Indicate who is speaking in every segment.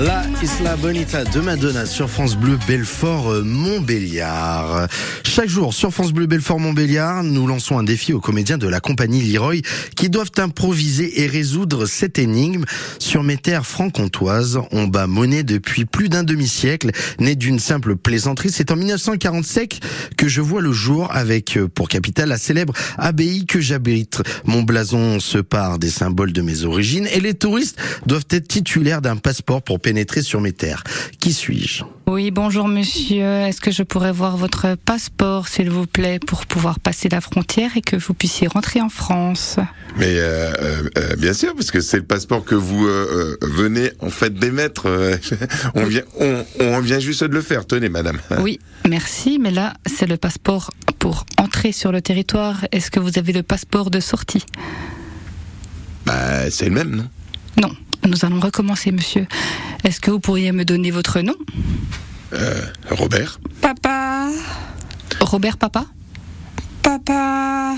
Speaker 1: La Isla Bonita de Madonna sur France Bleu Belfort euh, Montbéliard. Chaque jour sur France Bleu Belfort Montbéliard, nous lançons un défi aux comédiens de la compagnie Leroy qui doivent improviser et résoudre cette énigme. Sur mes terres franc-comtoises, on bat monnaie depuis plus d'un demi-siècle, né d'une simple plaisanterie. C'est en 1945 que je vois le jour avec euh, pour capitale la célèbre abbaye que j'habite. Mon blason se part des symboles de mes origines et les touristes doivent être titulaires d'un passeport pour pénétrer sur mes terres. Qui suis-je
Speaker 2: Oui, bonjour monsieur. Est-ce que je pourrais voir votre passeport, s'il vous plaît, pour pouvoir passer la frontière et que vous puissiez rentrer en France
Speaker 3: Mais euh, euh, euh, bien sûr, parce que c'est le passeport que vous euh, euh, venez en fait d'émettre. euh, on vient, on, on vient juste de le faire. Tenez, madame.
Speaker 2: Oui, merci, mais là, c'est le passeport pour entrer sur le territoire. Est-ce que vous avez le passeport de sortie
Speaker 3: Bah, c'est le même, non
Speaker 2: Non, nous allons recommencer monsieur. Est-ce que vous pourriez me donner votre nom
Speaker 3: Robert.
Speaker 4: Papa,
Speaker 2: Robert Papa
Speaker 4: papa,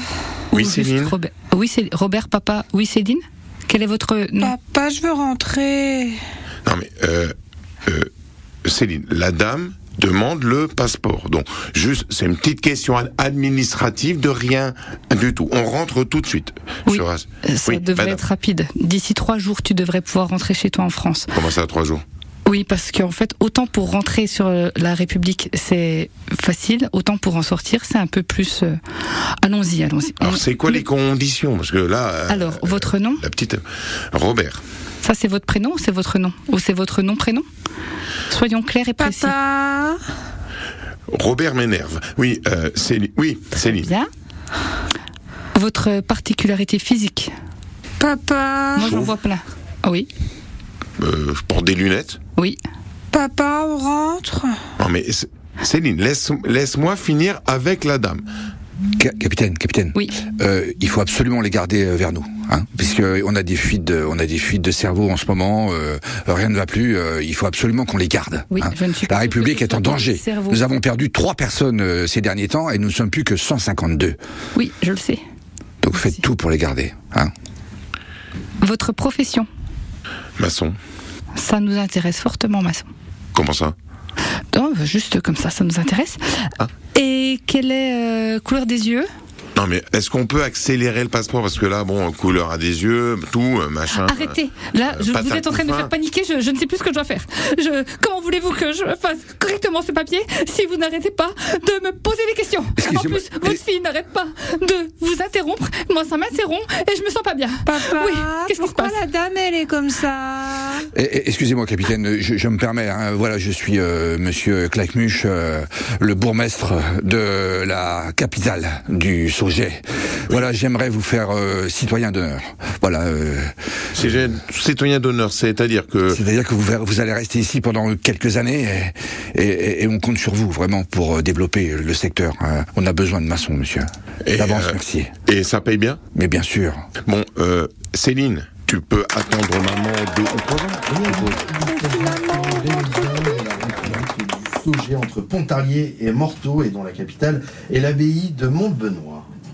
Speaker 3: Oui,
Speaker 2: Ou juste
Speaker 3: Céline.
Speaker 2: Robert... Oui, c'est Robert Papa. Oui, Céline Quel est votre nom
Speaker 4: papa, je veux rentrer.
Speaker 3: Non mais euh, euh, Céline, la dame demande le passeport. Donc juste, c'est une petite question ad- administrative de rien du tout. On rentre tout de suite.
Speaker 2: Oui, Euh,
Speaker 3: Je rass-
Speaker 2: Ça
Speaker 3: oui,
Speaker 2: devrait
Speaker 3: madame.
Speaker 2: être rapide. D'ici trois jours, tu devrais pouvoir rentrer chez toi en France.
Speaker 3: Comment ça, trois jours
Speaker 2: Oui, parce qu'en fait, autant pour rentrer sur euh, la République, c'est facile, autant pour en sortir, c'est un peu plus. euh, Allons-y, allons-y.
Speaker 3: Alors c'est quoi les conditions Parce que là, euh,
Speaker 2: Alors, votre nom
Speaker 3: la petite euh, Robert.
Speaker 2: Ça, c'est votre prénom ou c'est votre nom Ou c'est votre nom-prénom Soyons clairs et précis.
Speaker 4: Papa,
Speaker 3: Robert m'énerve. Oui, euh, Céline. Oui, Céline.
Speaker 2: Bien. Votre particularité physique
Speaker 4: papa,
Speaker 2: Moi, j'en
Speaker 3: Chauve.
Speaker 2: vois plein. Ah Oui,
Speaker 3: Euh, je porte des lunettes.
Speaker 2: oui.
Speaker 4: papa, on rentre.
Speaker 3: Non mais C- Céline, laisse laisse-moi finir avec la dame.
Speaker 5: Ca- capitaine, capitaine.
Speaker 2: Oui.
Speaker 5: Euh, il faut absolument les garder euh, vers nous, hein, puisque on a des fuites, de, on a des fuites de cerveau en ce moment. euh, rien ne va plus. euh, il faut absolument qu'on les garde.
Speaker 2: Oui,
Speaker 5: hein.
Speaker 2: je ne suis
Speaker 5: La
Speaker 2: pas
Speaker 5: République
Speaker 2: sûre que
Speaker 5: est en
Speaker 2: ce soit
Speaker 5: danger.
Speaker 2: du cerveau.
Speaker 5: Nous avons perdu trois personnes euh, ces derniers temps et nous ne sommes plus que 152.
Speaker 2: Oui, je le sais.
Speaker 5: Donc faites
Speaker 2: Merci.
Speaker 5: tout pour les garder. Hein.
Speaker 2: Votre profession
Speaker 3: Maçon.
Speaker 2: Ça nous intéresse fortement, maçon.
Speaker 3: Comment ça
Speaker 2: Non, juste comme ça, ça nous intéresse.
Speaker 3: Ah.
Speaker 2: Et quelle est euh, couleur des yeux
Speaker 3: Non mais est-ce qu'on peut accélérer le passeport parce que là bon couleur à des yeux tout euh, machin.
Speaker 2: Ah, Arrêtez Là, je,
Speaker 3: patate
Speaker 2: vous êtes en train de me
Speaker 3: couffin.
Speaker 2: faire paniquer, je, je ne sais plus ce que je dois faire. Je, comment voulez-vous que je fasse correctement ce papier si vous n'arrêtez pas de me poser des questions En
Speaker 5: Excusez-moi.
Speaker 2: plus, votre fille n'arrête pas de vous interrompre, moi ça m'interrompt et je me sens pas bien.
Speaker 4: Papa,
Speaker 2: Oui, qu'est-ce qui se
Speaker 4: pourquoi
Speaker 2: passe
Speaker 4: la dame elle est comme ça
Speaker 5: Eh, eh, Excusez-moi, capitaine, je, je me permets. hein, voilà, je suis euh, Monsieur Claquemuche, euh, le bourgmestre de la capitale du Sauget. Voilà, j'aimerais vous faire euh, citoyen d'honneur. Voilà, euh,
Speaker 3: Si j'ai citoyen d'honneur, c'est-à-dire que
Speaker 5: c'est-à-dire que vous, ver- vous allez rester ici pendant quelques années et, et- et- et on compte sur vous vraiment pour euh, développer le secteur. hein. On a besoin de maçons, monsieur.
Speaker 3: Et,
Speaker 5: D'avance,
Speaker 3: euh,
Speaker 5: merci.
Speaker 3: et ça paye bien.
Speaker 5: Mais bien sûr.
Speaker 3: Bon euh, Céline, tu peux attendre maman de ou pendant.
Speaker 1: Sauger entre Pontarlier et Morteau et dont la capitale est l'abbaye de Montbenoît.